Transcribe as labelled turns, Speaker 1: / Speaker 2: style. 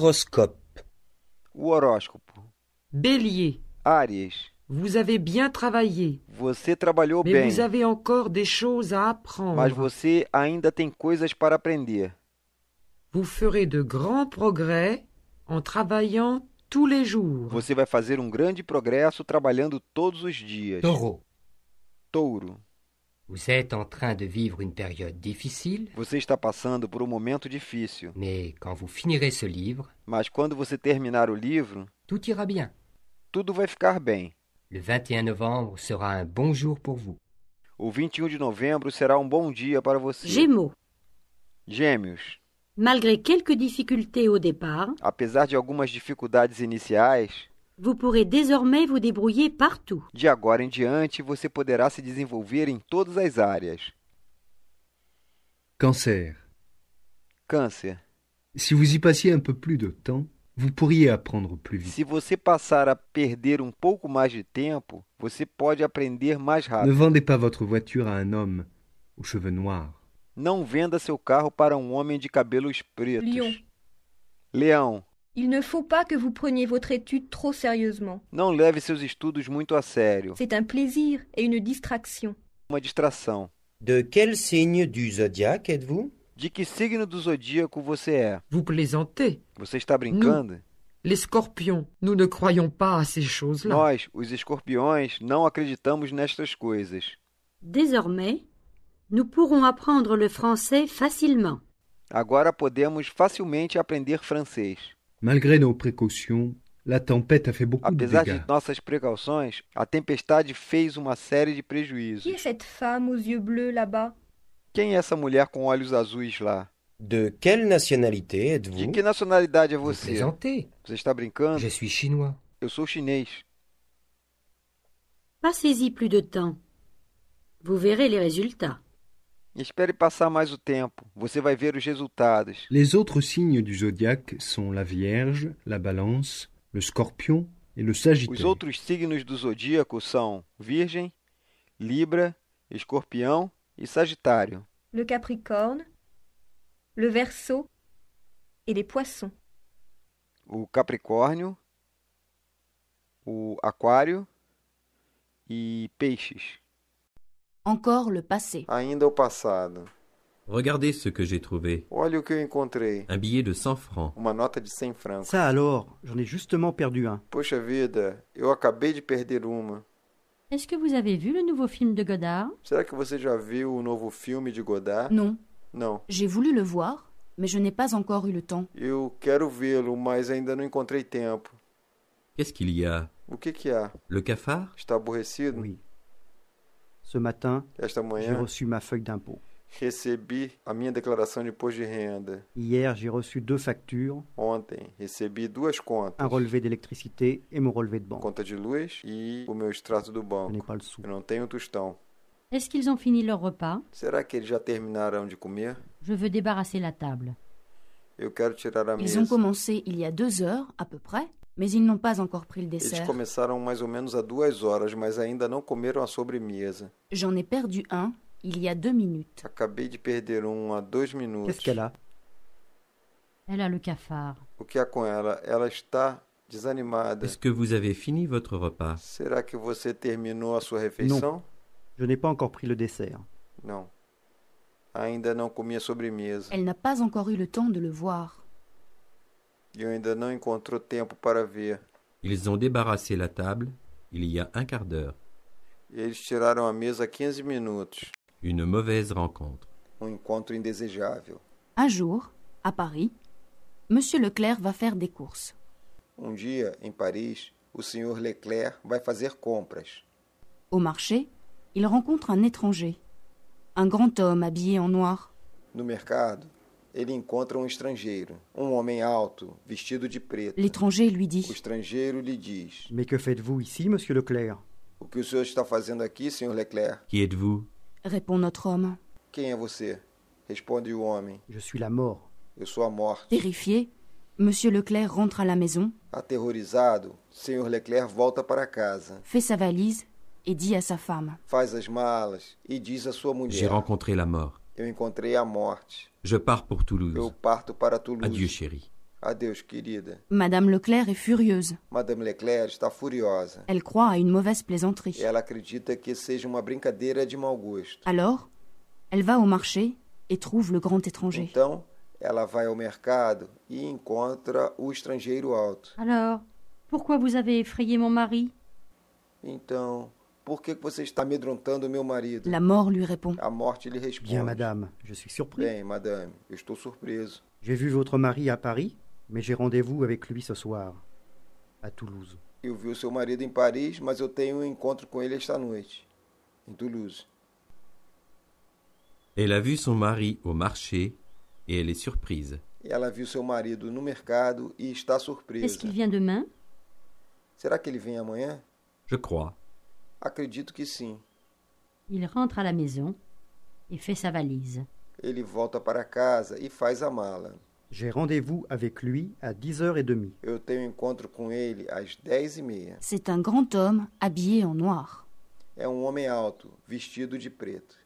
Speaker 1: L'horoscope.
Speaker 2: O horóscopo.
Speaker 3: Bélier,
Speaker 2: Áries,
Speaker 3: vous avez bien travaillé,
Speaker 2: você trabalhou
Speaker 3: mais
Speaker 2: bem,
Speaker 3: vous avez encore des choses à
Speaker 2: mas
Speaker 3: apprendre.
Speaker 2: você ainda tem coisas para aprender.
Speaker 3: Vous ferez de grands progrès en travaillant tous les jours.
Speaker 2: Você vai fazer um grande progresso trabalhando todos os dias.
Speaker 4: Taureau,
Speaker 2: Touro,
Speaker 4: vous êtes en train de vivre une période difficile,
Speaker 2: você está passando por um momento difícil,
Speaker 4: mais quand vous finirez ce livre,
Speaker 2: mas quando você terminar o livro,
Speaker 4: tout ira bien.
Speaker 2: tudo vai ficar bem.
Speaker 4: Le 21 novembre sera un bon jour pour vous.
Speaker 2: O 21 de novembro será um bom dia para você.
Speaker 5: Gémeaux.
Speaker 2: Gêmeos,
Speaker 5: Malgré quelques difficultés au départ,
Speaker 2: apesar de algumas dificuldades iniciais,
Speaker 5: vous pourrez désormais vous débrouiller partout.
Speaker 2: de agora em diante você poderá se desenvolver em todas as áreas.
Speaker 6: Cancer.
Speaker 2: Câncer.
Speaker 6: Si vous y passiez un peu plus de temps, vous pourriez apprendre plus vite.
Speaker 2: Uhum. Se você passar a perder um pouco mais de tempo, você pode aprender mais
Speaker 6: Ne
Speaker 2: rápido.
Speaker 6: vendez pas votre voiture à un homme aux cheveux noirs.
Speaker 2: Não venda seu carro para um homem de cabelos pretos.
Speaker 7: Lion.
Speaker 2: Leão,
Speaker 7: Il ne faut pas que vous preniez votre étude trop sérieusement.
Speaker 2: não leve seus estudos muito a sério.
Speaker 7: C'est un plaisir et une distraction.
Speaker 2: Uma distração.
Speaker 1: De quel signe du zodiaque êtes-vous
Speaker 2: De que signo do zodíaco você é?
Speaker 3: Vous plaisantez.
Speaker 2: Você está brincando?
Speaker 3: Les scorpions, nous ne croyons pas à ces choses-là.
Speaker 2: Nós, os escorpiões, não acreditamos nestas coisas.
Speaker 5: Désormais, nous pourrons apprendre le français facilement.
Speaker 2: Agora podemos facilmente aprender francês.
Speaker 6: Malgré nos précautions, la tempête a fait beaucoup de
Speaker 2: Apesar
Speaker 6: dégâts.
Speaker 2: de nossas precauções, a tempestade fez uma série de prejuízos.
Speaker 7: Qui est cette femme aux yeux bleus là-bas
Speaker 2: Quem é essa mulher com olhos azuis lá?
Speaker 1: De quelle nationalité
Speaker 2: De
Speaker 3: Uhum.
Speaker 1: êtes-vous
Speaker 2: que nacionalidade é
Speaker 4: Vous
Speaker 2: você?
Speaker 4: plaisantez.
Speaker 2: Você está brincando?
Speaker 4: Je suis chinois.
Speaker 2: Eu sou chinês.
Speaker 5: Passez-y plus de temps. Vous verrez les résultats.
Speaker 2: Espere passar mais o tempo. Você vai ver os resultados.
Speaker 6: Les autres signes du zodiaque sont la Vierge, la Balance, le Scorpion et le
Speaker 2: Os
Speaker 6: Sagittaire.
Speaker 2: outros signos do zodíaco são Virgem, Libra, Escorpião e Sagitário.
Speaker 7: Le Capricorne, le Verseau et les Poissons.
Speaker 2: O Capricórnio, o Aquário e Peixes.
Speaker 8: Encore le passé.
Speaker 2: Ainda o passado.
Speaker 9: Regardez ce que j'ai trouvé.
Speaker 2: Olha o que eu encontrei.
Speaker 9: Un billet de 100 francs.
Speaker 2: Uma nota de 100 francos.
Speaker 10: Ça alors, j'en ai justement perdu un.
Speaker 2: Poxa vida, eu acabei de perder uma.
Speaker 5: Est-ce que vous avez vu le nouveau film de Godard
Speaker 2: Será que você já viu o novo filme de Godard?
Speaker 8: Non,
Speaker 2: Não.
Speaker 8: j'ai voulu le voir, mais je n'ai pas encore eu le temps.
Speaker 2: Eu quero vê-lo, mas ainda não encontrei tempo.
Speaker 9: Qu'est-ce qu'il y a
Speaker 2: O que que há?
Speaker 9: Le cafard
Speaker 2: Está aborrecido?
Speaker 10: Oui. Ce matin,
Speaker 2: Esta
Speaker 10: j'ai
Speaker 2: manhã
Speaker 10: reçu ma feuille d'impôt.
Speaker 2: recebi a minha declaração de imposto de renda.
Speaker 10: Hier, j'ai reçu deux factures,
Speaker 2: Ontem recebi duas contas.
Speaker 10: un relevé d'électricité et mon relevé de banque.
Speaker 2: Conta de luz e o meu extrato do
Speaker 10: Je n'ai
Speaker 2: banco.
Speaker 10: pas le sou.
Speaker 2: Eu não tenho tostão.
Speaker 5: Est-ce qu'ils ont fini leur repas
Speaker 2: Será que eles já terminaram de comer?
Speaker 5: Je veux débarrasser la table.
Speaker 2: Eu quero tirar a
Speaker 8: Ils
Speaker 2: mesa.
Speaker 8: ont commencé il y a deux heures, à peu près, mais ils n'ont pas encore pris le
Speaker 2: Eles
Speaker 8: dessert.
Speaker 2: começaram mais ou menos há duas horas, mas ainda não comeram a sobremesa.
Speaker 8: J'en ai perdu un, il y a deux minutes.
Speaker 2: Acabei de perder um há dois minutos.
Speaker 10: Qu'est-ce qu'elle a
Speaker 5: Elle a le cafard.
Speaker 2: O que há com ela? Ela está desanimada.
Speaker 9: Est-ce que vous avez fini votre repas
Speaker 2: Será que você terminou a sua refeição?
Speaker 10: Je n'ai pas encore pris le dessert.
Speaker 2: Não. Ainda não comi a sobremesa.
Speaker 8: Elle n'a pas encore eu le temps de le voir.
Speaker 2: E eu ainda não encontrou tempo para ver.
Speaker 9: Ils ont débarrassé la table il y a un quart d'heure.
Speaker 2: Eles tiraram a mesa há 15 minutos.
Speaker 9: Une mauvaise rencontre.
Speaker 2: Um encontro indesejável.
Speaker 8: Un jour, à Paris, Monsieur Leclerc va faire des courses.
Speaker 2: Um dia, em Paris, o Sr. Leclerc vai fazer compras.
Speaker 8: Au marché, il rencontre un étranger, un grand homme habillé en noir.
Speaker 2: No mercado, ele encontra um estrangeiro, um homem alto, vestido de preto.
Speaker 8: L'étranger lui
Speaker 2: O
Speaker 8: dit
Speaker 2: estrangeiro lhe diz:
Speaker 10: Mais que faites-vous ici, monsieur Leclerc
Speaker 2: O que o senhor está fazendo aqui, Sr. Leclerc?
Speaker 9: Qui êtes-vous
Speaker 8: Répond notre homme.
Speaker 2: Quem é você? Responde o homem:
Speaker 10: Je suis la mort.
Speaker 2: Eu sou a morte.
Speaker 8: Terrifié, Monsieur Leclerc rentre à la maison,
Speaker 2: Aterrorizado, Sr. Leclerc volta para casa,
Speaker 8: fait sa valise et dit à sa femme
Speaker 2: faz as malas e diz à sua mulher:
Speaker 9: J'ai rencontré la mort.
Speaker 2: Eu encontrei a morte.
Speaker 9: Je pars pour
Speaker 2: Eu
Speaker 9: Toulouse.
Speaker 2: parto para Toulouse.
Speaker 9: Adieu, chérie.
Speaker 2: Adeus, querida.
Speaker 8: Madame Leclerc est furieuse.
Speaker 2: Madame Leclerc está furiosa.
Speaker 8: Elle croit à une mauvaise plaisanterie.
Speaker 2: Ela acredita que seja uma brincadeira de mau gosto.
Speaker 8: Alors, elle va au marché et trouve le grand étranger.
Speaker 2: Então, ela vai ao mercado e encontra o estrangeiro alto.
Speaker 5: Alors, pourquoi vous avez effrayé mon mari
Speaker 2: Então, por que que você está amedrontando meu marido?
Speaker 8: La mort lui répond.
Speaker 2: A morte lhe responde.
Speaker 10: Bien, madame, je suis surpris.
Speaker 2: Bem, madame, eu estou surpreso.
Speaker 10: J'ai vu votre mari à Paris, mais j'ai rendez-vous avec lui ce soir, à Toulouse.
Speaker 2: Eu vi o seu marido em Paris, mas eu tenho um encontro com ele esta noite, em Toulouse.
Speaker 9: Elle a vu son mari au marché et elle est surprise.
Speaker 2: Ela viu seu marido no mercado e está
Speaker 5: Est-ce
Speaker 2: surpresa.
Speaker 5: qu'il vient demain
Speaker 2: Será que ele vem amanhã?
Speaker 9: Je crois.
Speaker 2: Acredito que sim.
Speaker 5: Il rentre à la maison et fait sa valise.
Speaker 2: Ele volta para casa e faz a mala.
Speaker 10: J'ai rendez-vous avec lui à 10h30.
Speaker 2: Eu tenho um encontro com ele às dez e meia.
Speaker 8: C'est un grand homme habillé en noir.
Speaker 2: É um homem alto, vestido de preto.